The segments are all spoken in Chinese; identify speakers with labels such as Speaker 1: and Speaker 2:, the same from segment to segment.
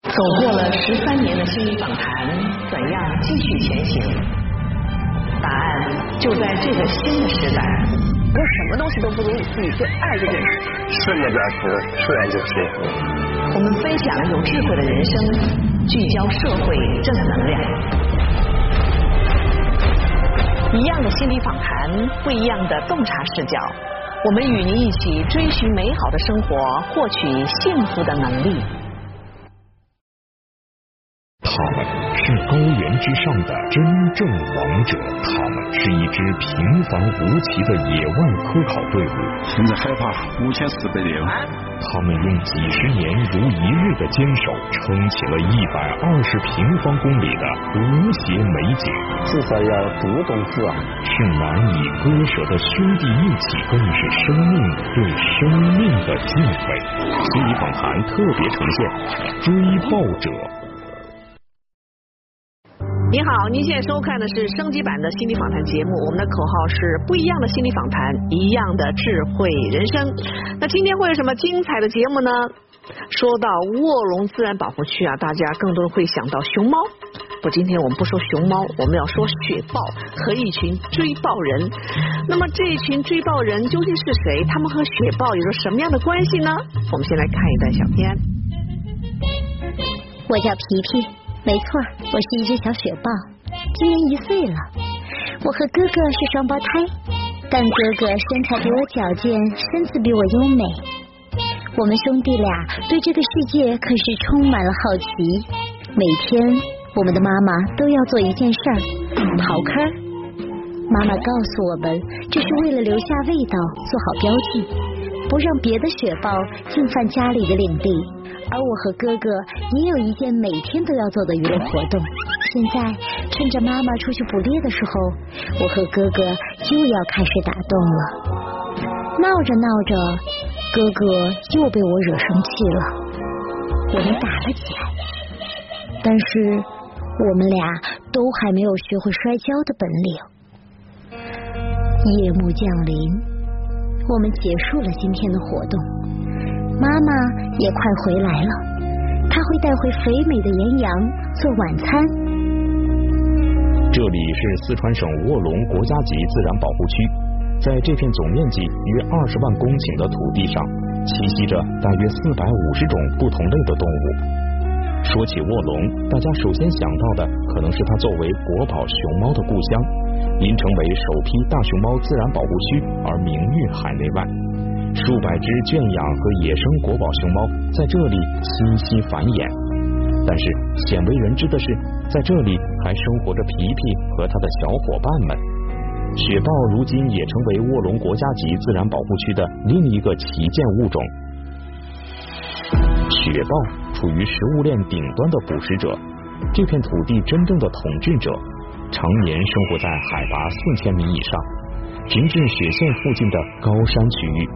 Speaker 1: 走过了十三年的心理访谈，怎样继续前行？答案就在这个新的时代。
Speaker 2: 我什么东西都不如你自己对爱这件事。
Speaker 3: 顺着转直，顺然就行。
Speaker 1: 我们分享有智慧的人生，聚焦社会正能量。一样的心理访谈，不一样的洞察视角，我们与您一起追寻美好的生活，获取幸福的能力。
Speaker 4: 他们是高原之上的真正王者，他们是一支平凡无奇的野外科考队伍，
Speaker 5: 现在害怕五千四百零，
Speaker 4: 他们用几十年如一日的坚守，撑起了一百二十平方公里的无邪美景，
Speaker 6: 至少要读懂字啊，
Speaker 4: 是难以割舍的兄弟义气，更是生命对生命的敬畏。心理访谈特别呈现《追报者》。
Speaker 1: 您好，您现在收看的是升级版的心理访谈节目。我们的口号是不一样的心理访谈，一样的智慧人生。那今天会有什么精彩的节目呢？说到卧龙自然保护区啊，大家更多的会想到熊猫。不，今天我们不说熊猫，我们要说雪豹和一群追豹人。那么这一群追豹人究竟是谁？他们和雪豹有着什么样的关系呢？我们先来看一段小片。
Speaker 7: 我叫皮皮。没错，我是一只小雪豹，今年一岁了。我和哥哥是双胞胎，但哥哥身材比我矫健，身子比我优美。我们兄弟俩对这个世界可是充满了好奇。每天，我们的妈妈都要做一件事儿——刨坑。妈妈告诉我们，这是为了留下味道，做好标记，不让别的雪豹进犯家里的领地。而我和哥哥也有一件每天都要做的娱乐活动。现在趁着妈妈出去捕猎的时候，我和哥哥又要开始打洞了。闹着闹着，哥哥又被我惹生气了，我们打了起来。但是我们俩都还没有学会摔跤的本领。夜幕降临，我们结束了今天的活动。妈妈也快回来了，她会带回肥美的岩羊做晚餐。
Speaker 4: 这里是四川省卧龙国家级自然保护区，在这片总面积约二十万公顷的土地上，栖息着大约四百五十种不同类的动物。说起卧龙，大家首先想到的可能是它作为国宝熊猫的故乡，因成为首批大熊猫自然保护区而名誉海内外。数百只圈养和野生国宝熊猫在这里栖息繁衍，但是鲜为人知的是，在这里还生活着皮皮和他的小伙伴们。雪豹如今也成为卧龙国家级自然保护区的另一个旗舰物种。雪豹处于食物链顶端的捕食者，这片土地真正的统治者，常年生活在海拔四千米以上，直至雪线附近的高山区域。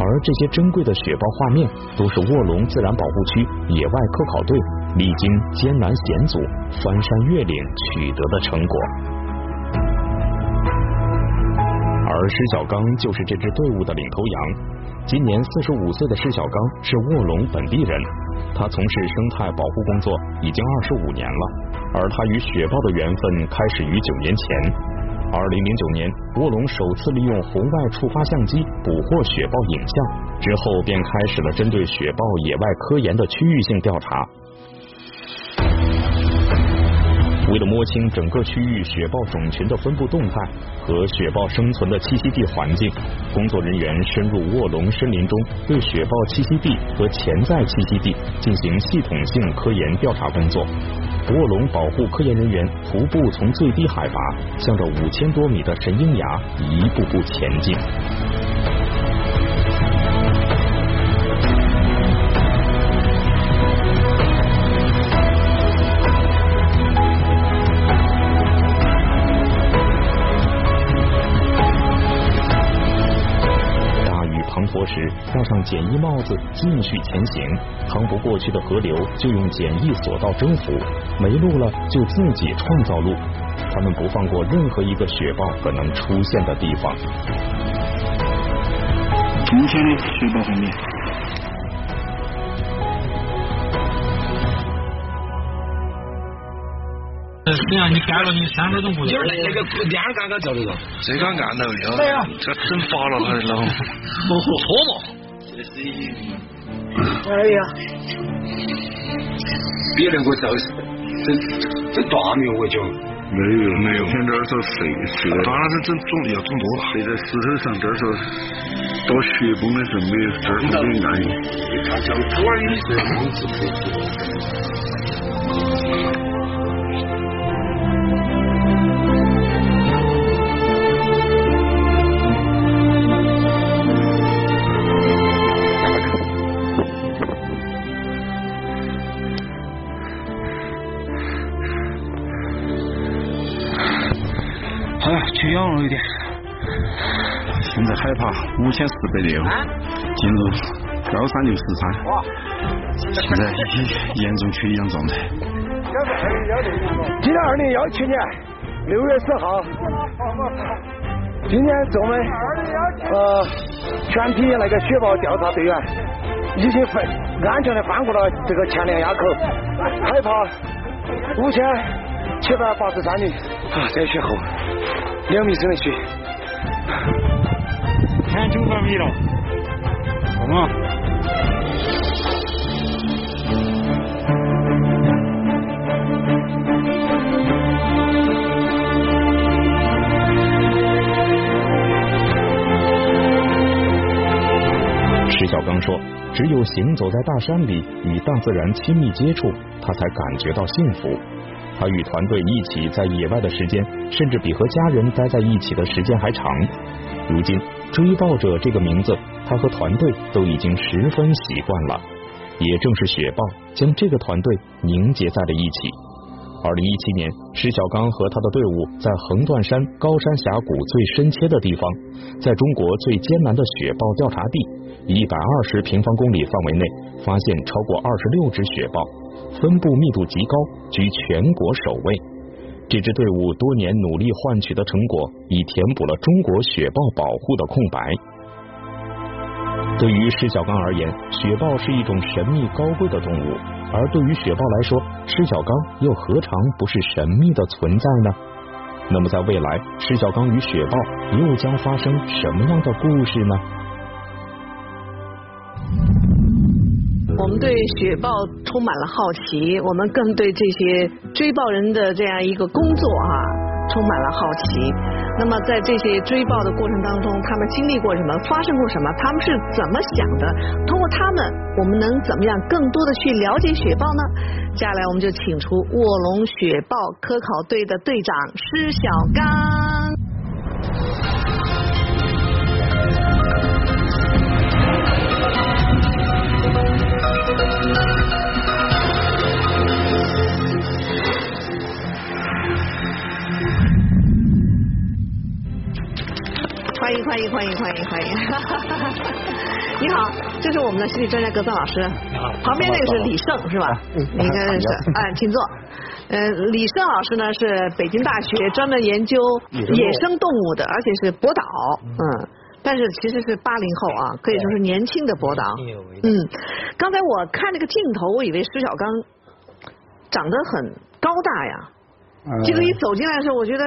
Speaker 4: 而这些珍贵的雪豹画面，都是卧龙自然保护区野外科考队历经艰难险阻、翻山越岭取得的成果。而施小刚就是这支队伍的领头羊。今年四十五岁的施小刚是卧龙本地人，他从事生态保护工作已经二十五年了，而他与雪豹的缘分开始于九年前。二零零九年，卧龙首次利用红外触发相机捕获雪豹影像，之后便开始了针对雪豹野外科研的区域性调查。为了摸清整个区域雪豹种群的分布动态和雪豹生存的栖息地环境，工作人员深入卧龙森林中，对雪豹栖息地和潜在栖息地进行系统性科研调查工作。卧龙保护科研人员徒步从最低海拔，向着五千多米的神鹰崖一步步前进。礴时，戴上简易帽子，继续前行。趟不过去的河流，就用简易索道征服；没路了，就自己创造路。他们不放过任何一个雪豹可能出现的地方。
Speaker 5: 明天的雪豹方面，
Speaker 8: 这样呃啊你干了你三分钟不
Speaker 9: 有那个连杆杆叫这个，
Speaker 3: 这个俺都有
Speaker 9: 哎
Speaker 8: 啊
Speaker 9: 呀，
Speaker 3: 这真发了他的 老。
Speaker 9: 不错嘛。
Speaker 2: 哎呀，
Speaker 9: 别人给我叫这这大牛我就
Speaker 3: 没有没有，现在说水水的，当然是真中也中毒了。水在石头上，这时候到雪崩的时候没有，这是没
Speaker 5: 嗯
Speaker 3: 原因。
Speaker 9: 他叫管理这房子
Speaker 5: 好了，去养了一点。现在海拔五千四百六，
Speaker 10: 啊
Speaker 5: 进入高山流石山，现在已严重缺氧状态。
Speaker 11: 今年二零幺七年六月四号，今年咱们呃全体那个雪豹调查队员已经翻安全的翻过了这个前梁垭口，海拔五千七百八十三米啊，在雪后两米深的雪。
Speaker 5: 看九百米了，好吗？
Speaker 4: 石小刚说：“只有行走在大山里，与大自然亲密接触，他才感觉到幸福。他与团队一起在野外的时间，甚至比和家人待在一起的时间还长。如今，追报者这个名字，他和团队都已经十分习惯了。也正是雪豹将这个团队凝结在了一起。”二零一七年，石小刚和他的队伍在横断山高山峡谷最深切的地方，在中国最艰难的雪豹调查地一百二十平方公里范围内，发现超过二十六只雪豹，分布密度极高，居全国首位。这支队伍多年努力换取的成果，已填补了中国雪豹保护的空白。对于施小刚而言，雪豹是一种神秘高贵的动物，而对于雪豹来说，施小刚又何尝不是神秘的存在呢？那么在未来，施小刚与雪豹又将发生什么样的故事呢？
Speaker 1: 我们对雪豹充满了好奇，我们更对这些追豹人的这样一个工作啊，充满了好奇。那么在这些追豹的过程当中，他们经历过什么，发生过什么，他们是怎么想的？通过他们，我们能怎么样更多的去了解雪豹呢？接下来我们就请出卧龙雪豹科考队的队长施小刚。欢迎欢迎欢迎欢迎欢迎！ 你好，这是我们的心理专家葛赞老师，旁边那个是李胜是吧？啊你应该认识，哎，请坐。呃，李胜老师呢是北京大学专门研究野生动物的，而且是博导，嗯，但是其实是八零后啊，可以说是年轻的博导。嗯，刚才我看那个镜头，我以为施小刚长得很高大呀，
Speaker 6: 呃
Speaker 1: 结果一走进来的时候，我觉得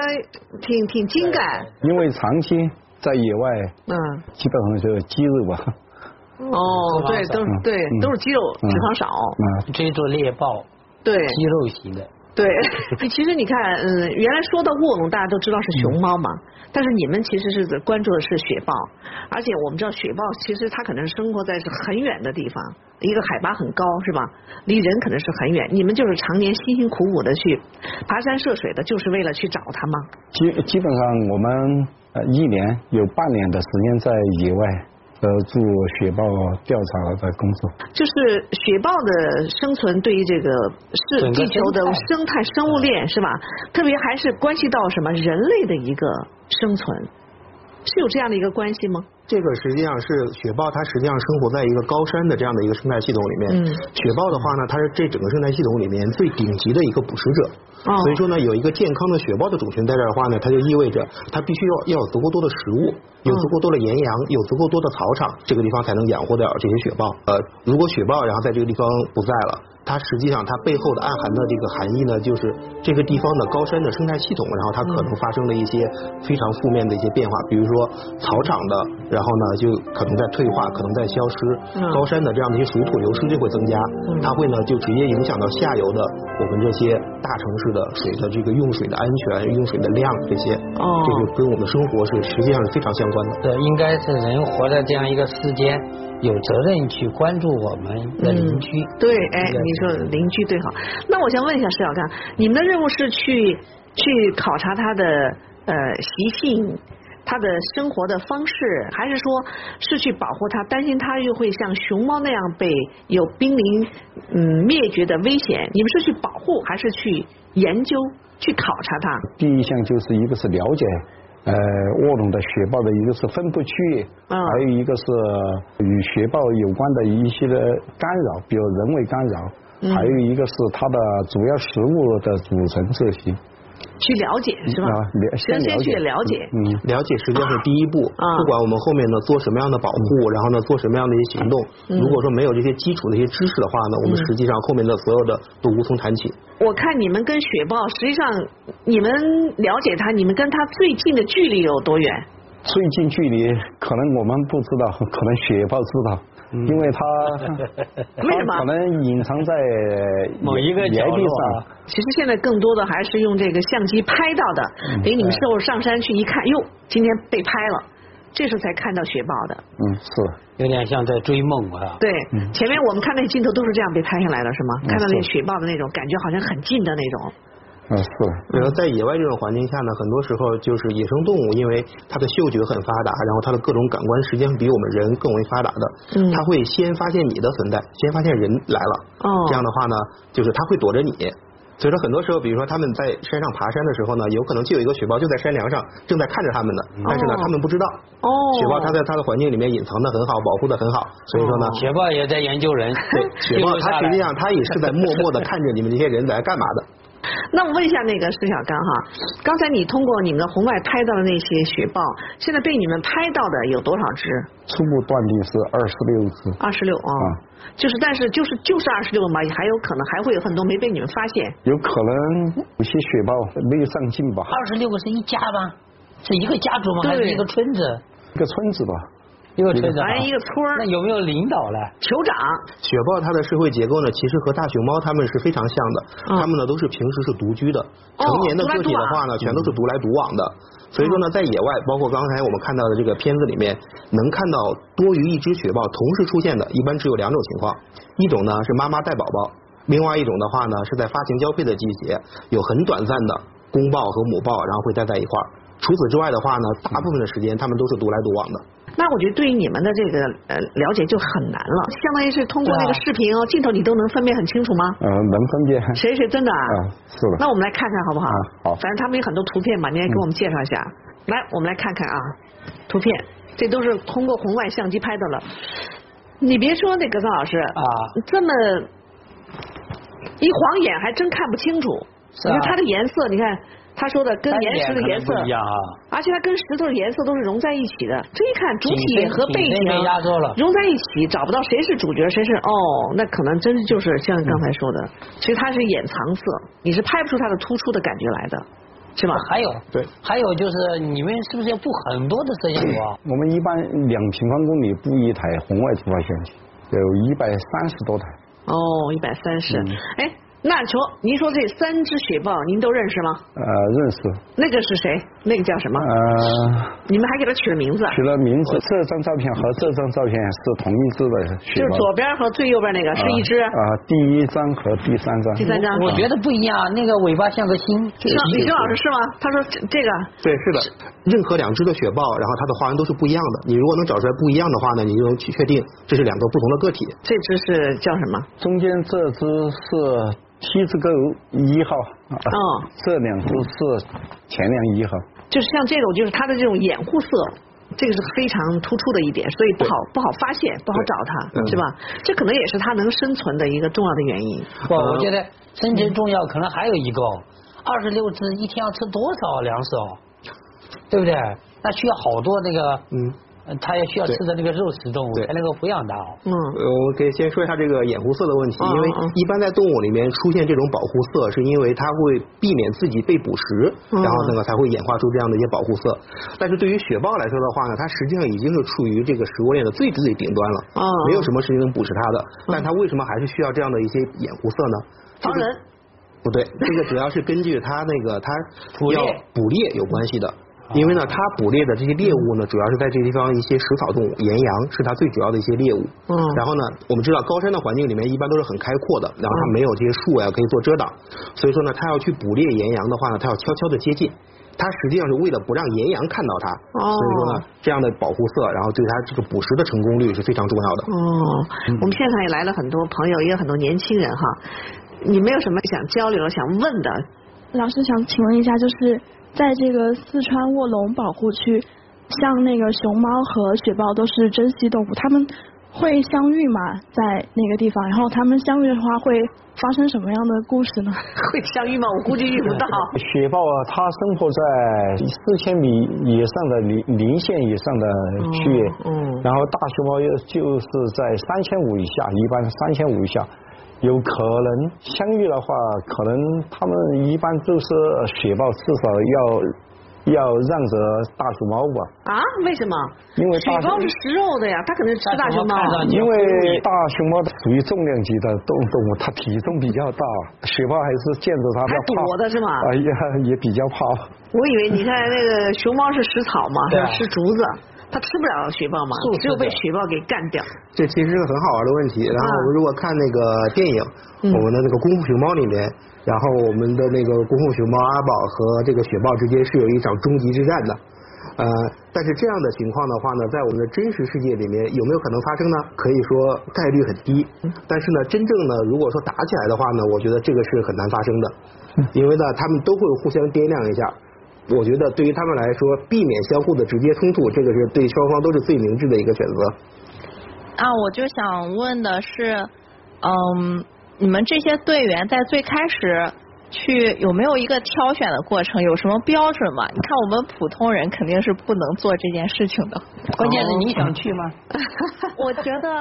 Speaker 1: 挺挺精干，
Speaker 6: 因为长期在野外，
Speaker 1: 嗯。
Speaker 6: 基本上是肌肉吧， 啊
Speaker 1: 哦，对，都是对，
Speaker 6: 嗯
Speaker 1: 都是肌肉脂
Speaker 6: 嗯
Speaker 1: 肪少，
Speaker 6: 啊，
Speaker 9: 追逐猎豹，
Speaker 1: 对
Speaker 9: 肌肉型的。
Speaker 1: 对。 哎其实你看，嗯，原来说到卧龙，大家都知道是
Speaker 6: 嗯
Speaker 1: 熊猫嘛，但是你们其实是关注的是雪豹，而且我们知道雪豹其实它可能是生活在是很远的地方，一个海拔很高是吧？离人可能是很远，你们就是常年辛辛苦苦的去爬山涉水的，就是为了去找它吗？
Speaker 6: 基基本上我们呃一年有半年的时间在野外呃做雪豹调查的工作。
Speaker 1: 就是雪豹的生存对于这个是
Speaker 9: 整个
Speaker 1: 地球的
Speaker 9: 生态
Speaker 1: 生态生物
Speaker 12: 嗯
Speaker 1: 链是吧？特别还是关系到什么人类的一个生存，是有这样的一个关系吗？
Speaker 12: 这个实际上是雪豹，它实际上生活在一个高山的这样的一个生态系统里面。
Speaker 1: 嗯
Speaker 12: 雪豹的话呢，它是这整个生态系统里面最顶级的一个捕食者。
Speaker 1: 哦
Speaker 12: 所以说呢，有一个健康的雪豹的种群在这儿的话呢，它就意味着它必须要要有足够多的食物，有足够多的岩羊，有足够多的草场，这个地方才能养活得了这些雪豹。呃，如果雪豹然后在这个地方不在了，它实际上它背后的暗含的这个含义呢，就是这个地方的高山的生态系统，然后它可能发生了一些非常负面的一些变化，比如说草场的，然后呢就可能在退化，可能在消失，高山的这样的一些水土流失就会增加，它会呢就直接影响到下游的我们这些大城市的水的这个用水的安全、用水的量这些，这是跟我们生活是实际上是非常相关的。
Speaker 10: 呃，应该是人活在这样一个世间，有责任去关注我们的邻居。
Speaker 1: 嗯对，哎，你说邻居对好。那我想问一下石小刚，你们的任务是去去考察他的呃习性，他的生活的方式，还是说是去保护他，担心他又会像熊猫那样被有濒临嗯灭绝的危险？你们是去保护，还是去研究、去考察它？
Speaker 6: 第一项就是一个是了解。呃，卧龙的雪豹的一个是分布区，
Speaker 1: 啊
Speaker 6: 还有一个是与雪豹有关的一些的干扰，比如人为干扰，
Speaker 1: 嗯
Speaker 6: 还有一个是它的主要食物的组成这些。
Speaker 1: 去了解
Speaker 4: 嗯
Speaker 1: 是吧
Speaker 6: 啊？了
Speaker 1: 先
Speaker 6: 先
Speaker 1: 先
Speaker 6: 了
Speaker 1: 去
Speaker 6: 解
Speaker 1: 了解。
Speaker 12: 嗯，了解实际上是第一步。
Speaker 1: 啊
Speaker 12: 不管我们后面呢做什么样的保护，然后呢做什么样的一些行动，
Speaker 1: 嗯
Speaker 12: 如果说没有这些基础的一些知识的话呢，我
Speaker 1: 嗯
Speaker 12: 们实际上后面的所有的都无从谈起。
Speaker 1: 我看你们跟雪豹，实际上你们了解它，你们跟它最近的距离有多远？
Speaker 6: 最近距离可能我们不知道，可能雪豹知道，
Speaker 1: 嗯
Speaker 10: 嗯
Speaker 6: 因为它
Speaker 1: 为什么
Speaker 6: 它可能隐藏在
Speaker 10: 某一个
Speaker 6: 野
Speaker 10: 角落
Speaker 6: 地上
Speaker 10: 啊。
Speaker 1: 其实现在更多的还是用这个相机拍到的，哎给你们事后上山去一看，哟，今天被拍了，这时候才看到雪豹的。
Speaker 6: 嗯，是。
Speaker 10: 有点像在追梦啊。
Speaker 1: 对，前面我们看那镜头都是这样被拍下来的，是吗？
Speaker 10: 嗯
Speaker 1: 看到那个
Speaker 10: 是
Speaker 1: 雪豹的那种感觉，好像很近的那种。
Speaker 6: 嗯，是。
Speaker 12: 然后在野外这种环境下呢，很多时候就是野生动物，因为它的嗅觉很发达，然后它的各种感官实际上比我们人更为发达的，
Speaker 1: 嗯
Speaker 12: 它会先发现你的存在，先发现人来了，
Speaker 1: 哦
Speaker 12: 这样的话呢，就是它会躲着你。所以说，很多时候，比如说他们在山上爬山的时候呢，有可能就有一个雪豹就在山梁上正在看着他们呢，但是呢
Speaker 1: 哦，
Speaker 12: 他们不知道。
Speaker 1: 哦
Speaker 12: 雪豹它在它的环境里面隐藏的很好，保护的很好，所以说呢，
Speaker 10: 雪豹也在研究 人，
Speaker 12: 雪豹它实际上它也是在默默的看着你们这些人在干嘛的。
Speaker 1: 那我问一下那个石小刚哈，刚才你通过你们的红外拍到的那些雪豹，现在被你们拍到的有多少只？
Speaker 6: 初步断定是二十六只。
Speaker 1: 二十六啊，就是但是就是就是二十六嘛，还有可能还会有很多没被你们发现。
Speaker 6: 有可能有些雪豹没有上镜吧，
Speaker 10: 二十六个是一家吗？是一个家族吗？还是
Speaker 1: 对
Speaker 10: 一个村子？
Speaker 6: 一个村子吧，
Speaker 10: 一个村子啊。
Speaker 1: 反正一个村儿
Speaker 10: 那有没有领导了？
Speaker 1: 酋长
Speaker 12: 雪豹它的社会结构呢，其实和大熊猫它们是非常像的，
Speaker 1: 嗯哦
Speaker 12: 它们呢都是平时是独居的，成年的
Speaker 1: 独来
Speaker 12: 个体
Speaker 1: 独
Speaker 12: 的
Speaker 1: 往嗯
Speaker 12: 话呢，全都是独来独往的。所以说呢，在野外，包括刚才我们看到的这个片子里面，能看到多于一只雪豹同时出现的，一般只有两种情况，一种呢是妈妈带宝宝，另外一种的话呢是在发情交配的季节，有很短暂的公豹和母豹，然后会待在一块儿。除此之外的话呢，大部分的时间它们都是独来独往的。
Speaker 1: 那我觉得对于你们的这个呃了解就很难了，相当于是通过那个视频哦，镜头你都能分辨很清楚吗？
Speaker 6: 呃，能分 辨。
Speaker 1: 谁谁真的啊？
Speaker 6: 啊，是的。
Speaker 1: 那我们来看看好不好？嗯
Speaker 6: 好
Speaker 1: 反正他们有很多图片嘛，你也给我们介绍一下。来，我们来看看啊，图片，这都是通过红外相机拍到了。你别说那个张老师啊，这么一晃眼还真看不清楚。
Speaker 10: 是啊
Speaker 1: 你看它的颜色，你看他说的跟
Speaker 10: 三
Speaker 1: 岩
Speaker 10: 点
Speaker 1: 石的
Speaker 10: 可能
Speaker 1: 颜色
Speaker 10: 不一样啊。
Speaker 1: 而且它跟石头的颜色都是融在一起的，这一看主
Speaker 10: 挺
Speaker 1: 体
Speaker 10: 深
Speaker 1: 和背
Speaker 10: 挺深
Speaker 1: 景啊
Speaker 10: 被压缩了
Speaker 1: 融在一起，找不到谁是主角，谁是哦，那可能真就是像刚才说的，其实它是掩藏色，你是拍不出它的突出的感觉来的，是 吧？
Speaker 10: 还有
Speaker 12: 对，
Speaker 10: 还有就是你们是不是要布很多的摄像头啊？
Speaker 6: 我们一般两平方公里布一台红外紫外线，有一百三十多台。
Speaker 1: 哦，一百三十
Speaker 6: 嗯，
Speaker 1: 哎，那球，您说这三只雪豹您都认识吗？
Speaker 6: 呃，认识。
Speaker 1: 那个是谁？那个叫什么？
Speaker 6: 呃，
Speaker 1: 你们还给它取了名字啊？
Speaker 6: 取了名字，这张照片和这张照片是同一只的
Speaker 1: 就
Speaker 6: 雪
Speaker 1: 是
Speaker 6: 豹。
Speaker 1: 左边和最右边那个是一只，
Speaker 6: 啊、啊第一张和第三张。
Speaker 1: 第三张。
Speaker 10: 我觉得不一样，那个尾巴像个心。
Speaker 1: 是吗李生老师是吗？他说这这个
Speaker 12: 对，是的，任何两只的雪豹，然后它的花纹都是不一样的。你如果能找出来不一样的话呢，你就能去确定这是两个不同的个体。
Speaker 1: 这只是叫什么？
Speaker 6: 中间这只是梯子狗一号，啊
Speaker 1: 哦，
Speaker 6: 这两只是前梁一号。
Speaker 1: 就是像这种，就是它的这种掩护色，这个是非常突出的一点，所以不好不好发现，不好找它，
Speaker 12: 嗯
Speaker 1: 是吧？这可能也是它能生存的一个重要的原因。
Speaker 10: 不，我觉得生存重要，可能还有一个，二十六只一天要吃多少粮食哦？对不对？那需要好多那个
Speaker 12: 嗯
Speaker 10: 呃它也需要吃的那个肉食动物才能够抚养到。
Speaker 1: 嗯，
Speaker 12: 呃，我们可以先说一下这个掩护色的问题，因为
Speaker 10: 嗯嗯
Speaker 12: 一般在动物里面出现这种保护色，是因为它会避免自己被捕食，
Speaker 10: 嗯
Speaker 12: 然后那个才会演化出这样的一些保护色。但是对于雪豹来说的话呢，它实际上已经是处于这个食物链的最最顶端了，
Speaker 1: 嗯
Speaker 12: 没有什么事情能捕食它的。但它为什么还是需要这样的一些掩护色呢？
Speaker 1: 防人。
Speaker 12: 不对，这个主要是根据它那个它
Speaker 10: 捕猎
Speaker 12: 要捕猎有关系的。因为呢，它捕猎的这些猎物呢，主要是在这地方一些食草动物，岩羊是它最主要的一些猎物。
Speaker 1: 嗯
Speaker 12: 然后呢，我们知道高山的环境里面一般都是很开阔的，然后它没有这些树呀、可以做遮挡，所以说呢，它要去捕猎岩羊的话呢，它要悄悄的接近。它实际上是为了不让岩羊看到它，
Speaker 1: 哦
Speaker 12: 所以说呢，这样的保护色，然后对它这个捕食的成功率是非常重要的。
Speaker 1: 哦，我们现场也来了很多朋友，也有很多年轻人哈。你们有什么想交流、想问的？
Speaker 13: 老师想请问一下，就是在这个四川卧龙保护区，像那个熊猫和雪豹都是珍稀动物，它们会相遇吗？在那个地方，然后它们相遇的话，会发生什么样的故事呢？
Speaker 1: 会相遇吗？我估计遇不到。
Speaker 6: 雪豹啊，它生活在四千米以上的离零线以上的区域，
Speaker 1: 嗯嗯
Speaker 6: 然后大熊猫又就是在三千五以下，一般三千五以下，有可能相遇的话，可能它们一般就是雪豹至少要要让着大熊猫吧，
Speaker 1: 啊？为什么？
Speaker 6: 因为
Speaker 1: 雪
Speaker 6: 大
Speaker 1: 豹是食肉的呀，它可能吃大熊猫。
Speaker 6: 因为大啊熊猫属于重量级的动动物，它体重比较大，雪豹还是见着它比较
Speaker 1: 还躲
Speaker 6: 怕
Speaker 1: 的是吗
Speaker 6: 啊、也也比较怕。
Speaker 1: 我以为你看那个熊猫是食草嘛，
Speaker 12: 对啊
Speaker 1: 要吃竹子，它吃不了雪豹嘛
Speaker 12: 素食，的
Speaker 1: 只有被雪豹给干掉。
Speaker 12: 这其实是个很好玩的问题。然后我们如果看那个电影，
Speaker 1: 嗯
Speaker 12: 我们的那个《功夫熊猫》里面，然后我们的那个功夫熊猫阿宝和这个雪豹之间是有一场终极之战的。呃，但是这样的情况的话呢，在我们的真实世界里面有没有可能发生呢？可以说概率很低。但是呢，真正呢，如果说打起来的话呢，我觉得这个是很难发生的，因为呢，他们都会互相掂量一下。我觉得对于他们来说，避免相互的直接冲突，这个是对双方都是最明智的一个选择。
Speaker 14: 啊，我就想问的是，嗯，你们这些队员在最开始嗯去有没有一个挑选的过程？有什么标准吗？你看我们普通人肯定是不能做这件事情的。
Speaker 10: 关键是你想去吗？
Speaker 14: 我觉得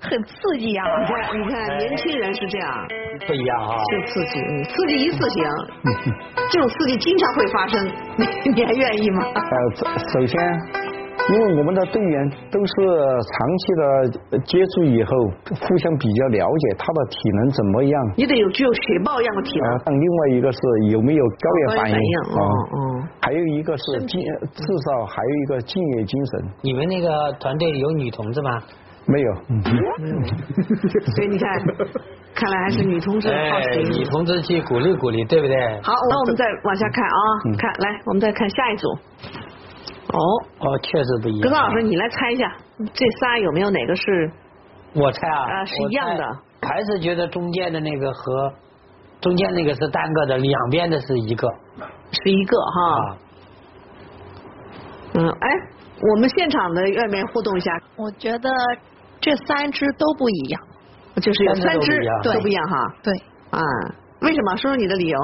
Speaker 14: 很刺激啊！
Speaker 1: 你看，你看，年轻人是这样，
Speaker 10: 不一样哈。
Speaker 1: 就刺激，嗯刺激一次行，这种刺激经常会发生，你你还愿意吗？
Speaker 6: 呃，首首先，因为我们的队员都是长期的接触以后，互相比较了解他的体能怎么样。
Speaker 1: 你得有具有雪豹一样的体
Speaker 6: 啊
Speaker 1: 能。，
Speaker 6: 另外一个是有没有高
Speaker 1: 高
Speaker 6: 原
Speaker 1: 原
Speaker 6: 反
Speaker 1: 反应
Speaker 6: 应啊
Speaker 1: 嗯嗯，
Speaker 6: 还有一个是敬，至少还有一个敬业精神。
Speaker 10: 你们那个团队里有女同志吗？
Speaker 6: 没有，
Speaker 12: 嗯
Speaker 1: 嗯所以你看，看来还是女同志好
Speaker 10: 哎，
Speaker 1: 奇。
Speaker 10: 女同志去鼓励鼓励，对不对？
Speaker 1: 好，那我们再往下看啊，看来我们再看下一组。哦，
Speaker 10: 哦，确实不一样。
Speaker 1: 格格老师，你来猜一下，这仨有没有哪个是
Speaker 10: 我猜啊，
Speaker 1: 啊是
Speaker 10: 我
Speaker 1: 一样
Speaker 10: 猜
Speaker 1: 的，
Speaker 10: 还是觉得中间的那个和中间那个是单个的，两边的是一个。
Speaker 1: 是一个
Speaker 10: 啊
Speaker 1: 哈？嗯，哎，我们现场的愿不愿意互动一下？
Speaker 14: 我觉得这三只都不一样。
Speaker 1: 就是有三
Speaker 14: 三
Speaker 1: 只
Speaker 14: 只都不一样
Speaker 1: 都
Speaker 14: 对
Speaker 1: 不一样哈。
Speaker 14: 对。
Speaker 1: 啊，为什么？说说你的理由。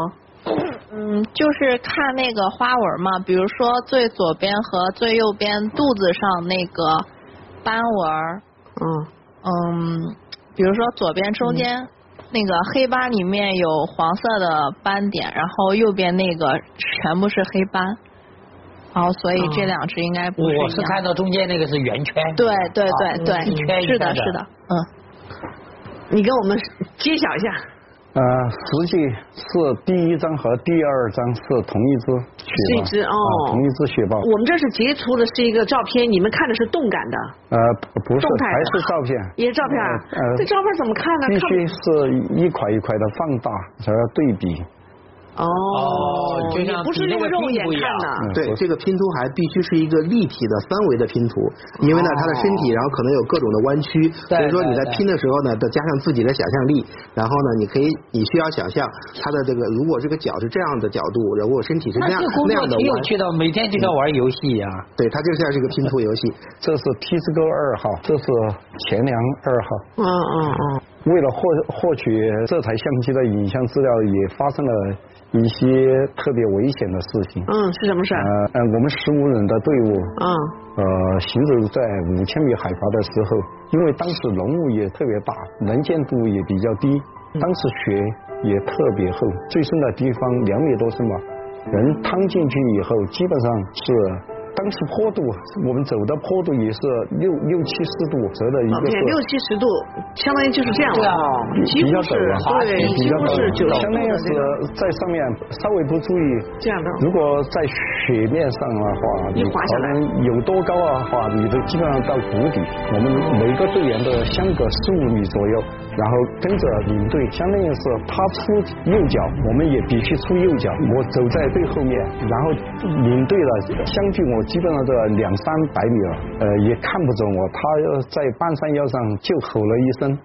Speaker 14: 嗯，就是看那个花纹嘛，比如说最左边和最右边肚子上那个斑纹儿，
Speaker 1: 嗯
Speaker 14: 嗯，比如说左边中间、那个黑斑里面有黄色的斑点，然后右边那个全部是黑斑，然后所以这两只应该不是一样。
Speaker 10: 我是看到中间那个是圆圈。
Speaker 14: 对对对
Speaker 10: 啊
Speaker 14: 对，
Speaker 10: 一圈一
Speaker 14: 是
Speaker 10: 圈
Speaker 14: 的，
Speaker 10: 的，
Speaker 14: 是的，嗯。
Speaker 1: 你给我们揭晓一下。
Speaker 6: 呃，实际是第一张和第二张是同一只雪
Speaker 1: 是一
Speaker 6: 豹，
Speaker 1: 只哦
Speaker 6: 啊同一只雪豹。
Speaker 1: 我们这是截图的是一个照片，你们看的是动感的，
Speaker 6: 呃，不不是
Speaker 1: 动，态的
Speaker 6: 还是照片。
Speaker 1: 也是照片啊。
Speaker 6: 呃
Speaker 1: 这照片怎么看呢？
Speaker 6: 必
Speaker 1: 看
Speaker 6: 须是一块一块的放大，才要对比。
Speaker 1: 哦，
Speaker 12: 就
Speaker 1: 你哦
Speaker 12: 像
Speaker 1: 不是
Speaker 12: 比那
Speaker 1: 用
Speaker 12: 个
Speaker 1: 肉
Speaker 12: 并
Speaker 1: 眼
Speaker 12: 不一
Speaker 1: 看
Speaker 12: 样
Speaker 1: 的。
Speaker 10: 嗯
Speaker 12: 对，这个拼图还必须是一个立体的三维的拼图，
Speaker 10: 哦
Speaker 12: 因为呢，它的身体然后可能有各种的弯曲，所以说你在拼的时候呢，再加上自己的想象力，然后呢，你可以你需要想象它的这个，如果这个脚是这样的角度，如果身体是那样
Speaker 10: 那这工
Speaker 12: 那
Speaker 10: 作
Speaker 12: 样的
Speaker 10: 挺有
Speaker 12: 弯，嗯
Speaker 10: 趣的，每天就要玩游戏呀、
Speaker 12: 对，它就像是一个拼图游戏。
Speaker 6: 这是 T 字沟二号，这是前梁二号。
Speaker 1: 嗯嗯嗯。
Speaker 6: 为了获获取这台相机的影像资料，也发生了一些特别危险的事情。
Speaker 1: 嗯，是什么事儿？
Speaker 6: 呃，呃我们十五人的队伍，
Speaker 1: 嗯，
Speaker 6: 呃，行走在五千米海拔的时候，因为当时浓雾也特别大，能见度也比较低，
Speaker 1: 嗯
Speaker 6: 当时雪也特别厚，最深的地方两米多深吧，人趟进去以后，基本上是。当时坡度，我们走的坡度也是六六七十度折的一
Speaker 1: 老
Speaker 6: 个
Speaker 1: 片
Speaker 6: 是
Speaker 1: 哦六七十度，相当于就是这样了，几
Speaker 6: 比较
Speaker 1: 乎
Speaker 6: 陡
Speaker 1: 是
Speaker 6: 了，啊
Speaker 1: 对，几
Speaker 6: 比较
Speaker 1: 乎是
Speaker 6: 陡
Speaker 1: 九十
Speaker 6: 相
Speaker 1: 度
Speaker 6: 当于
Speaker 1: 的这种
Speaker 6: 是在上面稍微不注意，
Speaker 1: 这样的。
Speaker 6: 如果在雪面上的话，
Speaker 1: 一
Speaker 6: 你
Speaker 1: 滑下
Speaker 6: 可能有多高的话，你都基本上到谷底。我们每个队员的相隔十五米左右，然后跟着领队，相当于是他出右脚，我们也必须出右脚。我走在最后面，然后领队了，相距我基本上的两三百米了，呃，也看不准我，他在半山腰上就吼了一声。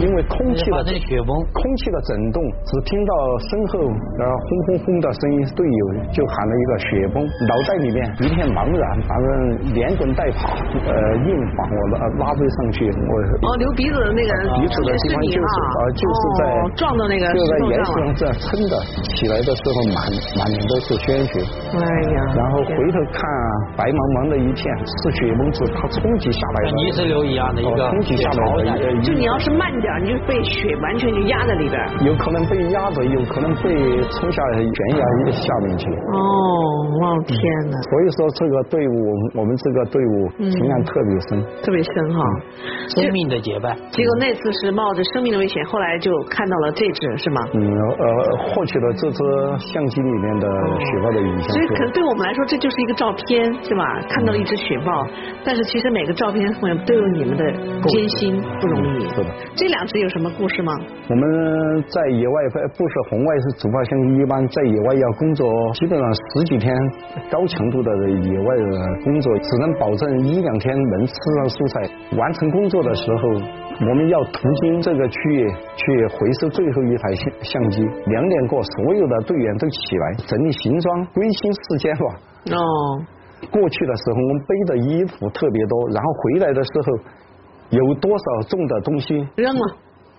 Speaker 6: 因为空气
Speaker 10: 把
Speaker 6: 的
Speaker 10: 那雪崩
Speaker 6: 空气的震动，只听到身后呃轰轰轰的声音，队友就喊了一个雪崩，脑袋里面一片茫然，反正连滚带跑，呃，硬把我拉拉追上去，我
Speaker 1: 哦，流鼻子的那个
Speaker 6: 鼻子的
Speaker 1: 也是
Speaker 6: 地方
Speaker 1: 你
Speaker 6: 就是
Speaker 1: 啊
Speaker 6: 啊，，就是在
Speaker 1: 哦撞到那个石
Speaker 6: 就在
Speaker 1: 头
Speaker 6: 岩
Speaker 1: 上
Speaker 6: 石上
Speaker 1: 了。
Speaker 6: 这样撑着，起来的时候满满脸都是鲜血。
Speaker 1: 哎呀
Speaker 6: 然后回头看啊，白茫茫的一片，是雪崩子它冲击下来的，
Speaker 10: 泥石流一样的一个
Speaker 6: 哦冲击下来的一个，
Speaker 1: 就你要是慢点儿，你就被雪完全就压在里边儿。
Speaker 6: 有可能被压着，有可能被冲下悬崖下面去。
Speaker 1: 哦，我天哪！
Speaker 6: 所以说这个队伍，我们我们这个队伍
Speaker 1: 嗯
Speaker 6: 情感特别深。
Speaker 1: 特别深哈、
Speaker 6: 嗯
Speaker 10: 生命的结拜。
Speaker 1: 结果那次是冒着生命的危险，后来就看到了这只是吗？
Speaker 6: 嗯，呃，获取了这只相机里面的雪豹的影像
Speaker 1: 所以
Speaker 6: 资料
Speaker 1: 可能对我们来说，这就是一个照片，是吧？看到了一只雪豹，但是其实每个照片后面都有你们的艰辛，不容易。
Speaker 6: 是的。
Speaker 1: 这两只有什么故事吗？
Speaker 6: 我们在野外呃不是红外是主发相机，一般在野外要工作，基本上十几天高强度的野外的工作，只能保证一两天能吃上蔬菜。完成工作的时候，我们要途经这个区域去回收最后一台相相机。两点过，所有的队员都起来整理行装，归心似箭吧。
Speaker 1: 哦，
Speaker 6: 过去的时候，我们背的衣服特别多，然后回来的时候有多少重的东西
Speaker 1: 扔了，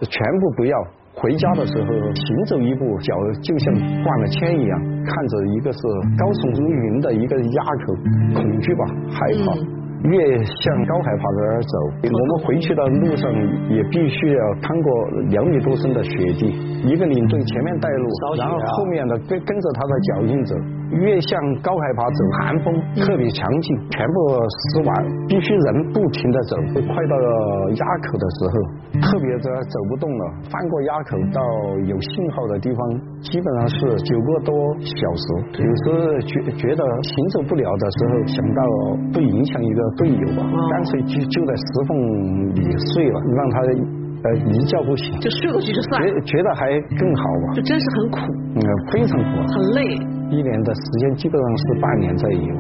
Speaker 6: 全部不要。回家的时候，行走一步，脚就像灌了铅一样，看着一个是高耸入云的一个垭口，恐惧吧，害怕。越向高海拔那儿走，我们回去的路上也必须要趟过两米多深的雪地。一个领队前面带路，然后后面的跟跟着他的脚印走。越向高海拔走，寒风特别强劲，全部湿完，必须人不停的走。快到垭口的时候，特别的走不动了，翻过垭口到有信号的地方，基本上是九个多小时。有时觉觉得行走不了的时候，想到不影响一个队友吧，干脆就就在石缝里睡了，让他呃一觉不醒。
Speaker 1: 就睡过去就算了，
Speaker 6: 觉觉得还更好吧，
Speaker 1: 就真是很苦，
Speaker 6: 嗯，非常苦啊，
Speaker 1: 很累。
Speaker 6: 一年的时间基本上是半年在野外。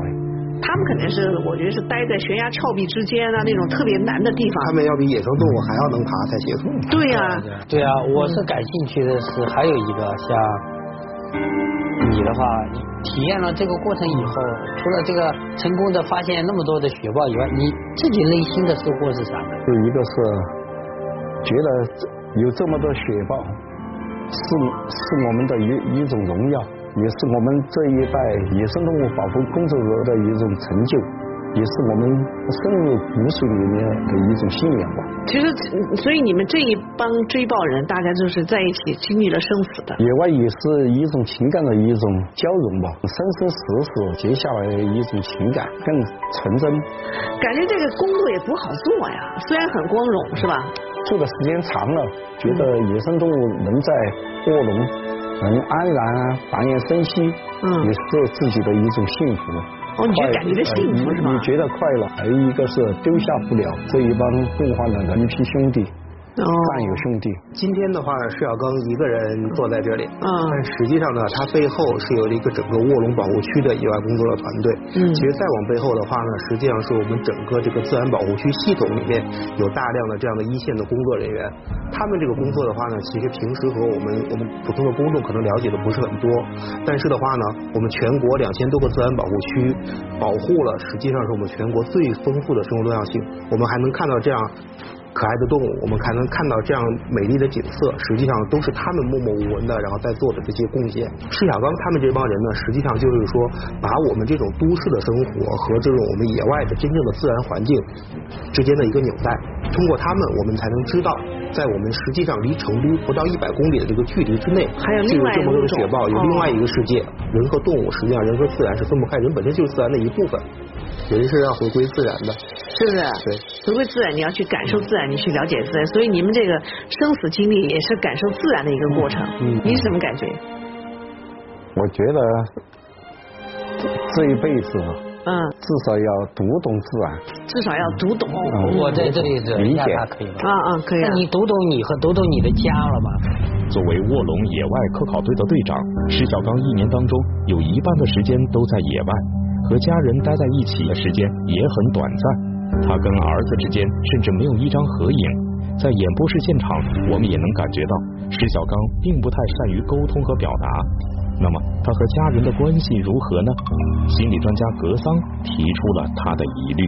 Speaker 1: 他们肯定是，我觉得是待在悬崖峭壁之间啊，那种特别难的地
Speaker 12: 他
Speaker 1: 方。
Speaker 12: 们要比野生动物还要能爬才行。
Speaker 10: 嗯
Speaker 1: 对呀、
Speaker 10: 对啊，我是感兴趣的是还有一个像你的话，你体验了这个过程以后，除了这个成功的发现那么多的雪豹以外，你自己内心的收获是啥呢？
Speaker 6: 就一个是觉得有这么多雪豹，是是我们的一一种荣耀，也是我们这一代野生动物保护工作者的一种成就，也是我们深入骨髓里面的一种信仰吧。
Speaker 1: 其实，所以你们这一帮追豹人，大家就是在一起经历了生死的。
Speaker 6: 野外也是一种情感的一种交融吧，生生死死结下来的一种情感，更纯真。
Speaker 1: 感觉这个工作也不好做呀，虽然很光荣，是吧？
Speaker 6: 住的时间长了，觉得野生动物能在卧龙能安然啊繁衍生息，嗯，也是自己的一种幸福。
Speaker 1: 哦你觉得
Speaker 6: 快
Speaker 1: 感觉这幸福
Speaker 6: 呃
Speaker 1: 是吧
Speaker 6: 你你觉得快乐，还有一个是丢下不了这一帮共患难的一批兄弟，
Speaker 1: 嗯哦
Speaker 6: 战友兄弟。
Speaker 12: 今天的话，释小刚一个人坐在这里，
Speaker 1: 嗯，
Speaker 12: 但实际上呢，他背后是有一个整个卧龙保护区的野外工作的团队。
Speaker 1: 嗯
Speaker 12: 其实再往背后的话呢，实际上是我们整个这个自然保护区系统里面有大量的这样的一线的工作人员，他们这个工作的话呢，其实平时和我们我们普通的公众可能了解的不是很多，但是的话呢，我们全国两千多个自然保护区保护了，实际上是我们全国最丰富的生物多样性，我们还能看到这样。可爱的动物，我们才能看到这样美丽的景色，实际上都是他们默默无闻的，然后在做的这些贡献。释小刚他们这帮人呢，实际上就是说，把我们这种都市的生活和这种我们野外的真正的自然环境之间的一个纽带，通过他们，我们才能知道，在我们实际上离成都不到一百公里的这个距离之内，
Speaker 1: 还有
Speaker 12: 是
Speaker 1: 另
Speaker 12: 有
Speaker 1: 外
Speaker 12: 这么
Speaker 1: 一
Speaker 12: 多的
Speaker 1: 种
Speaker 12: 雪豹，有
Speaker 1: 哦
Speaker 12: 另外一个世界，人和动物，实际上人和自然是分不开，人本身就是自然的一部分，人是要回归自然的。
Speaker 1: 是不是？
Speaker 12: 对，
Speaker 1: 回归自然，你要去感受自然，你去了解自然，所以你们这个生死经历也是感受自然的一个过程。
Speaker 6: 嗯
Speaker 1: 你是什么感觉？
Speaker 6: 我觉得这这一辈子啊，
Speaker 1: 嗯，
Speaker 6: 至少要读懂自然。
Speaker 1: 至少要读懂。
Speaker 6: 嗯
Speaker 10: 我在这里忍一下
Speaker 6: 理解
Speaker 10: 他可以吗？
Speaker 1: 啊啊，可以啊
Speaker 10: 那。你读懂你和读懂你的家了吗？
Speaker 4: 作为卧龙野外科考队的队长，石小刚一年当中有一半的时间都在野外，和家人待在一起的时间也很短暂。他跟儿子之间甚至没有一张合影。在演播室现场，我们也能感觉到石小刚并不太善于沟通和表达。那么他和家人的关系如何呢？心理专家格桑提出了他的疑虑。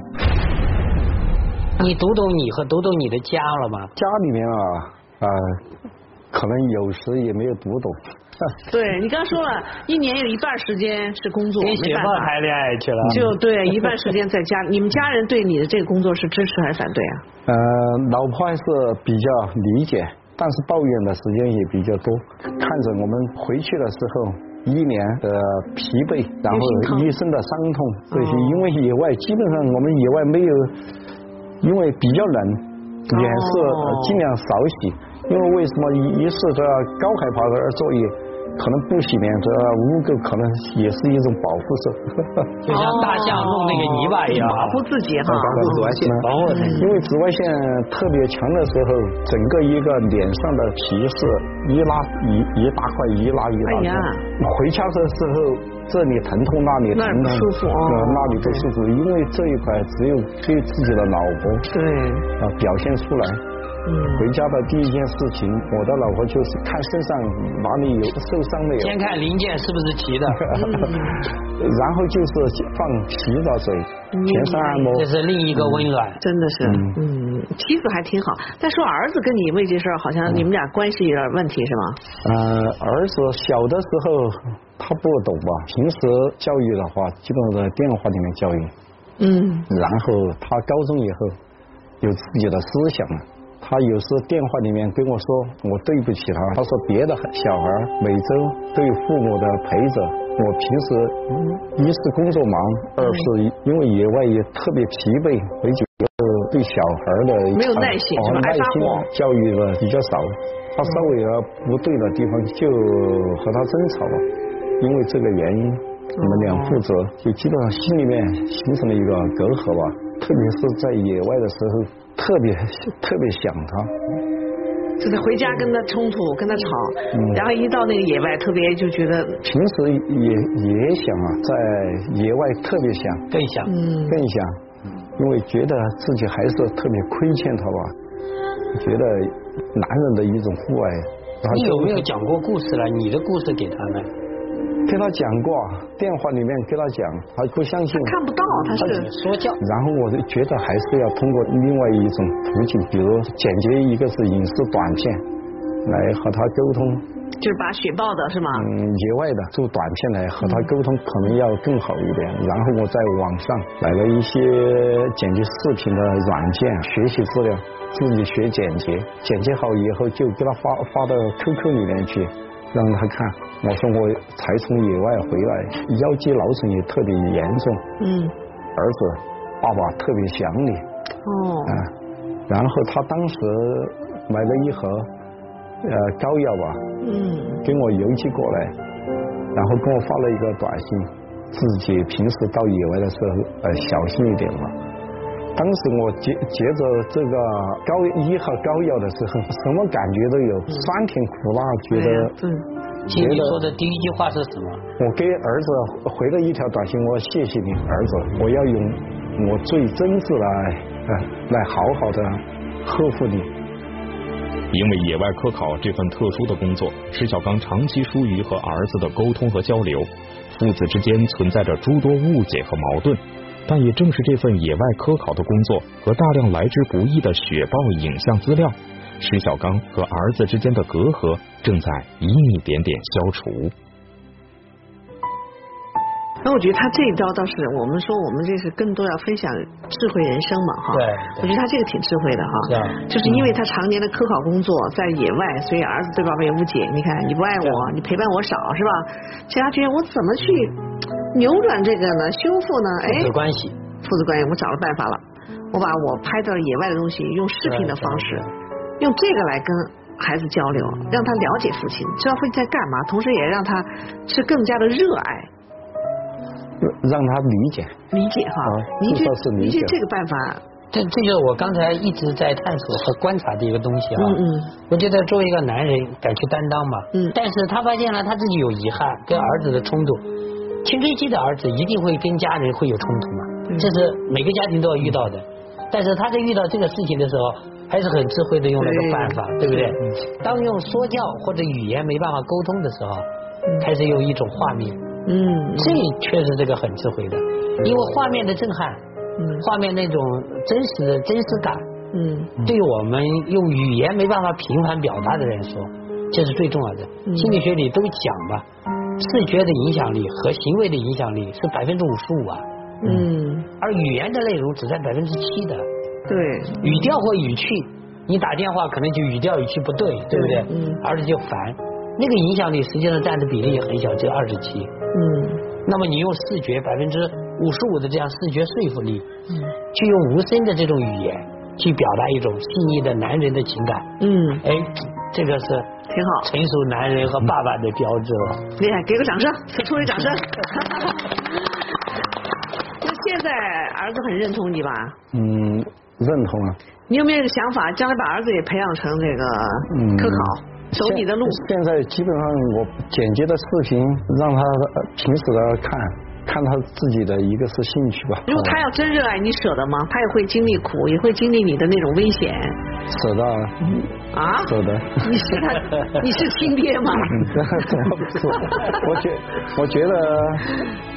Speaker 10: 你读懂你和读懂你的家了吗？
Speaker 6: 家里面啊，呃，可能有时也没有读懂。
Speaker 1: 对你刚说了，一年有一半时间是工作，
Speaker 10: 跟
Speaker 1: 没
Speaker 10: 雪
Speaker 1: 办
Speaker 10: 豹
Speaker 1: 法。
Speaker 10: 谈恋爱去了。
Speaker 1: 就对，一半时间在家。 你们家人对你的这个工作是支持还是反对啊？
Speaker 6: 呃，老婆还是比较理解，但是抱怨的时间也比较多。看着我们回去的时候，一脸的疲惫，然后一身的伤痛，这些
Speaker 1: 哦
Speaker 6: 因为野外基本上我们野外没有，因为比较冷，也是
Speaker 1: 哦
Speaker 6: 呃尽量少洗。因为为什么一一是这高海拔的作业，可能不洗脸这污垢可能也是一种保护色。
Speaker 10: 就像大象弄那个泥巴一样，
Speaker 1: 保护哦自己哈。嗯
Speaker 10: 保护自己。
Speaker 6: 因为紫外线特别强的时候，整个一个脸上的皮是一拉一一大块一拉一大
Speaker 1: 哎
Speaker 6: 块。
Speaker 1: 呀
Speaker 6: 回家的时候，这里疼痛那里
Speaker 1: 那儿不
Speaker 6: 疼痛，
Speaker 1: 舒服哦
Speaker 6: 呃那里不舒服，因为这一块只有对自己的老婆
Speaker 1: 对嗯
Speaker 6: 啊、表现出来。回家的第一件事情，我的老婆就是看身上哪里有受伤没有，
Speaker 10: 先看零件是不是 齐的，
Speaker 1: 嗯
Speaker 6: 然后就是放洗澡水，
Speaker 1: 嗯
Speaker 6: 全身按摩。
Speaker 10: 这是另一个温暖。
Speaker 1: 真的是，嗯，妻子还挺好。但说儿子跟你为这事儿，好像你们俩关系有点问题是吗？
Speaker 6: 呃，儿子小的时候他不懂吧，平时教育的话，基本上在电话里面教育。
Speaker 1: 嗯，
Speaker 6: 然后他高中以后有自己的思想了，他有时电话里面跟我说，我对不起他。他说别的小孩儿每周对父母的陪着，我平时一是工作忙，二
Speaker 1: 嗯
Speaker 6: 是因为野外也特别疲惫，回去以后对小孩儿的
Speaker 1: 没有耐心是吧
Speaker 6: 哦
Speaker 1: 爱
Speaker 6: 耐
Speaker 1: 发
Speaker 6: 心
Speaker 1: 火嗯
Speaker 6: 教育的比较少。他稍微有不对的地方就和他争吵了，因为这个原因，我们两父子就基本上心里面形成了一个隔阂吧。特别是在野外的时候，特别特别想他。
Speaker 1: 就是回家跟他冲突，跟他吵，然后一到那个野外，特别就觉得，
Speaker 6: 平时也也想啊，在野外特别想，
Speaker 10: 更想，
Speaker 1: 嗯，
Speaker 6: 更想，因为觉得自己还是特别亏欠他吧。觉得男人的一种父爱，然后
Speaker 10: 你有
Speaker 6: 就
Speaker 10: 没有讲过故事了？你的故事给他呢？
Speaker 6: 跟他讲过，电话里面跟他讲，他不相信。
Speaker 1: 看不到他是
Speaker 10: 说教。
Speaker 6: 然后我就觉得还是要通过另外一种途径，比如剪辑一个是影视短片，来和他沟通。
Speaker 1: 就是把雪豹的是吗？
Speaker 6: 嗯，野外的做短片来和他沟通，可能要更好一点。然后我在网上买了一些剪辑视频的软件，学习资料，自己学剪辑，剪辑好以后就给他发发到 QQ 里面去，让他看。我说我才从野外回来，腰肌劳损也特别严重，
Speaker 1: 嗯，
Speaker 6: 儿子，爸爸特别想你。
Speaker 1: 哦，
Speaker 6: 啊，然后他当时买了一盒呃膏药吧，
Speaker 1: 嗯，
Speaker 6: 给我邮寄过来，然后跟我发了一个短信，自己平时到野外的时候呃小心一点嘛。当时我接接着这个膏一盒膏药的时候，什么感觉都有，酸甜苦辣，觉
Speaker 1: 哎
Speaker 10: 对哎呀
Speaker 6: 得
Speaker 1: 对。
Speaker 10: 经
Speaker 6: 觉
Speaker 10: 理
Speaker 6: 得
Speaker 10: 说的第一句话是什么？
Speaker 6: 我给儿子回了一条短信，我说谢谢你儿子，我要用我最真挚的爱，呃来好好的呵护你。
Speaker 4: 因为野外科考这份特殊的工作，石小刚长期疏于和儿子的沟通和交流，父子之间存在着诸多误解和矛盾。但也正是这份野外科考的工作和大量来之不易的雪豹影像资料，石小刚和儿子之间的隔阂正在一点点消除。
Speaker 1: 那我觉得他这一招倒是，我们说我们这是更多要分享智慧人生嘛哈。
Speaker 10: 对
Speaker 1: 我觉得他这个挺智慧的哈。
Speaker 10: 是啊
Speaker 1: 就是因为他常年的科考工作在野外，所以儿子对爸爸也无解。你看你不爱我，你陪伴我少是吧？其实他觉得我怎么去扭转这个呢？修复呢？哎，
Speaker 10: 父子关系，
Speaker 1: 父子关系，我找了办法了。我把我拍到野外的东西用视频的方式，用这个来跟孩子交流，让他了解父亲，知道父亲在干嘛，同时也让他是更加的热爱。
Speaker 6: 让他理解。
Speaker 1: 理解哈
Speaker 6: 啊，
Speaker 1: 您
Speaker 6: 这
Speaker 1: 觉
Speaker 6: 倒是理
Speaker 1: 您觉
Speaker 6: 解
Speaker 1: 得
Speaker 6: 啊
Speaker 1: 这个办法，
Speaker 10: 这这就是我刚才一直在探索和观察的一个东西啊。
Speaker 1: 嗯嗯。
Speaker 10: 我觉得作为一个男人，敢去担当嘛。
Speaker 1: 嗯。
Speaker 10: 但是他发现了他自己有遗憾，跟儿子的冲突。青春期的儿子一定会跟家人会有冲突嘛，这是每个家庭都要遇到的。但是他在遇到这个事情的时候，还是很智慧的用了个办法，对不嗯对？当用说教或者语言没办法沟通的时候，开始用一种画面。
Speaker 1: 嗯，
Speaker 10: 这确实这个很智慧的，因为画面的震撼，画面那种真实的真实感，
Speaker 1: 嗯，
Speaker 10: 对我们用语言没办法频繁表达的人说，这是最重要的。
Speaker 1: 嗯
Speaker 10: 心理学里都讲嘛，视觉的影响力和行为的影响力是百分之五十五啊，
Speaker 1: 嗯，
Speaker 10: 而语言的内容只占百分之七的，
Speaker 1: 对，
Speaker 10: 语调或语气，你打电话可能就语调语气不对，对不对？
Speaker 1: 嗯
Speaker 10: 儿子就烦，那个影响力实际上占的比例也很小，只有二十七。
Speaker 1: 嗯
Speaker 10: 那么你用视觉百分之五十五的这样视觉说服力，
Speaker 1: 嗯
Speaker 10: 去用无声的这种语言去表达一种细腻的男人的情感，
Speaker 1: 嗯，
Speaker 10: 哎，这个是
Speaker 1: 挺好，
Speaker 10: 成熟男人和爸爸的标志了。
Speaker 1: 厉害，哎给个掌声，此处为掌声。那现在儿子很认同你吧？
Speaker 6: 嗯，认同啊。
Speaker 1: 你有没有一个想法，将来把儿子也培养成这个
Speaker 6: 嗯
Speaker 1: 科考，走你的路？
Speaker 6: 现在基本上我剪辑的视频，让他呃平时的看，看他自己的一个是兴趣吧。
Speaker 1: 如果他要真热爱，你舍得吗？他也会经历苦，也会经历你的那种危险
Speaker 6: 舍得啊，
Speaker 1: 啊！
Speaker 6: 舍得。
Speaker 1: 你是他，你是亲爹吗？
Speaker 6: 不 我觉我觉得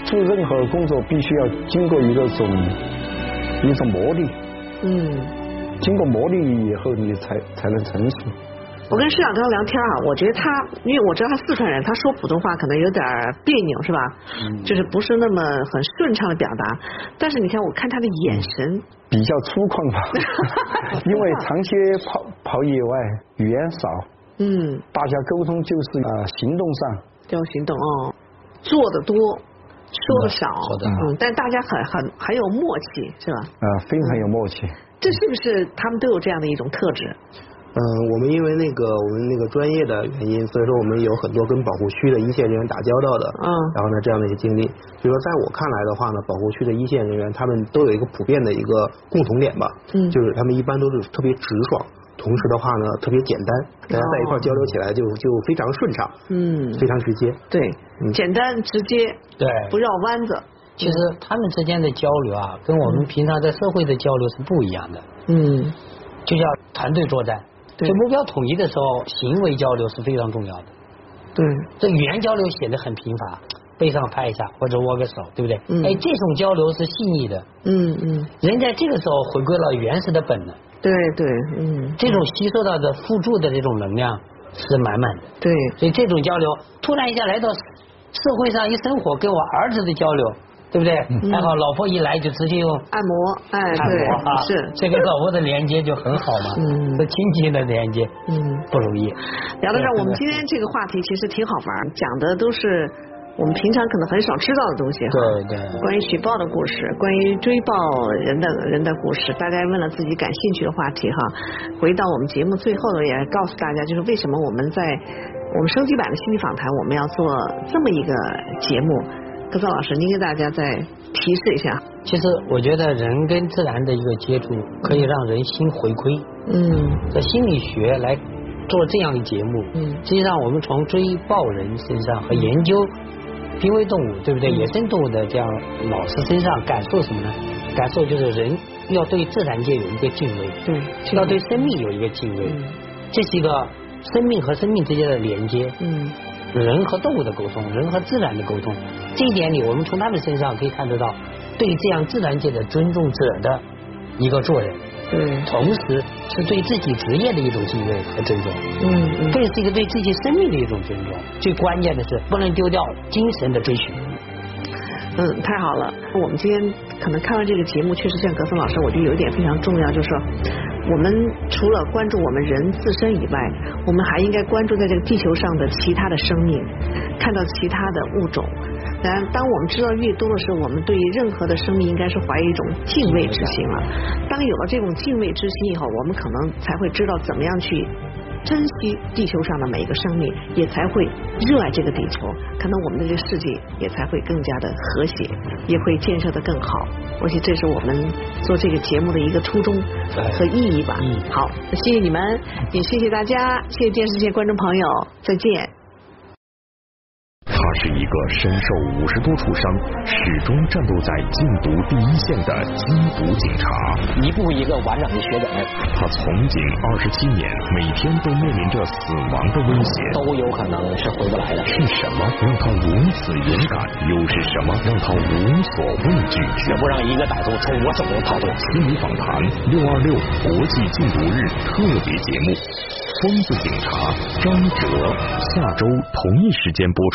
Speaker 6: 做任何工作必须要经过一个种一种磨砺，
Speaker 1: 嗯。
Speaker 6: 经过磨砺以后你才才能成熟。
Speaker 1: 我跟市长刚聊天啊，我觉得他，因为我知道他四川人，他说普通话可能有点儿别扭，是吧？就是不是那么很顺畅的表达。但是你看，我看他的眼神，
Speaker 6: 比较粗犷 吧，因为长期跑跑野外，语言少，
Speaker 1: 嗯，
Speaker 6: 大家沟通就是呃行动上，
Speaker 1: 要行动哦，做的多，说的少，
Speaker 6: 说得
Speaker 1: 嗯，但大家很很很有默契，是吧？
Speaker 6: 啊，非常有默契。
Speaker 1: 这是不是他们都有这样的一种特质？
Speaker 12: 嗯，我们因为那个我们那个专业的原因，所以说我们有很多跟保护区的一线人员打交道的，
Speaker 1: 嗯
Speaker 12: 然后呢这样的一个经历，所以说在我看来的话呢，保护区的一线人员他们都有一个普遍的一个共同点吧，
Speaker 1: 嗯
Speaker 12: 就是他们一般都是特别直爽，同时的话呢特别简单，大家在一块儿交流起来就就非常顺畅，
Speaker 1: 嗯，
Speaker 12: 非常直接，
Speaker 1: 对，简单直接，
Speaker 10: 对，
Speaker 1: 不绕弯子，
Speaker 10: 嗯其实他们之间的交流啊，跟我们平常在社会的交流是不一样的，
Speaker 1: 嗯
Speaker 10: 就叫团队作战。
Speaker 1: 对
Speaker 10: 就目标统一的时候，行为交流是非常重要的。
Speaker 1: 对，
Speaker 10: 这语言交流显得很贫乏，背上拍一下或者握个手，对不对？
Speaker 1: 嗯
Speaker 10: 哎，这种交流是细腻的，
Speaker 1: 嗯嗯，
Speaker 10: 人在这个时候回归了原始的本能，
Speaker 1: 对对，嗯
Speaker 10: 这种吸收到的辅助的这种能量是满满的。
Speaker 1: 对，
Speaker 10: 所以这种交流，突然一下来到社会上一生活，跟我儿子的交流，对不对？
Speaker 1: 嗯
Speaker 10: 还好老婆一来就直接用
Speaker 1: 按摩，哎，
Speaker 10: 按摩啊，
Speaker 1: 对，是，
Speaker 10: 这跟老婆的连接就很好嘛，
Speaker 1: 嗯
Speaker 10: 和亲戚的连接
Speaker 1: 嗯。
Speaker 10: 不容易。
Speaker 1: 聊到这儿，我们今
Speaker 10: 天
Speaker 1: 天这个话题其实挺好玩儿，讲的都是我们平常可能很少知道的东西哈。
Speaker 10: 对对。
Speaker 1: 关于雪豹的故事，关于追豹人的人的故事，大家问了自己感兴趣的话题哈。回到我们节目最后呢，也告诉大家，就是为什么我们在呃我们升级版的心理访谈，我们要做这么一个节目。葛泽老师，您给大家再提示一下。
Speaker 10: 其实我觉得人跟自然的一个接触，可以让人心回归。
Speaker 1: 嗯
Speaker 10: 在心理学来做这样的节目，
Speaker 1: 嗯
Speaker 10: 实际上我们从追豹人身上和研究濒危动物，对不对？野生动物的这样老师身上感受什么呢？感受就是人要对自然界有一个敬畏，
Speaker 1: 对，
Speaker 10: 要对生命有一个敬畏，
Speaker 1: 嗯
Speaker 10: 这是一个生命和生命之间的连接，
Speaker 1: 嗯
Speaker 10: 人和动物的沟通，人和自然的沟通，这一点里我们从他们身上可以看得到，对这样自然界的尊重者的一个做人。
Speaker 1: 嗯，
Speaker 10: 同时是对自己职业的一种敬畏和尊重。
Speaker 1: 嗯嗯
Speaker 10: 更是一个对自己生命的一种尊重。最关键的是，不能丢掉精神的追寻。
Speaker 1: 嗯，太好了！我们今天可能看完这个节目，确实像格森老师，我觉得有一点非常重要，就是说，我们除了关注我们人自身以外，我们还应该关注在这个地球上的其他的生命，看到其他的物种。当然，当我们知道越多的时候，我们对于任何的生命应该是怀有一种敬畏之心了。当有了这种敬畏之心以后，我们可能才会知道怎么样去珍惜地球上的每一个生命，也才会热爱这个地球，可能我们的这个世界也才会更加的和谐，也会建设的更好。我觉得这是我们做这个节目的一个初衷和意义吧。好，谢谢你们，也谢谢大家，谢谢电视界观众朋友，再见。
Speaker 4: 他是一个身受五十多处伤，始终战斗在禁毒第一线的缉毒警察，一步一个完整的学本。他从警二十七年，每天都面临着死亡的威胁，都有可能是回不来的。是什么让他如此勇敢？又是什么让他无所畏惧？绝不让一个歹徒从我手中逃脱。心理访谈六二六国际禁毒日特别节目《疯子警察》张哲，下周同一时间播出。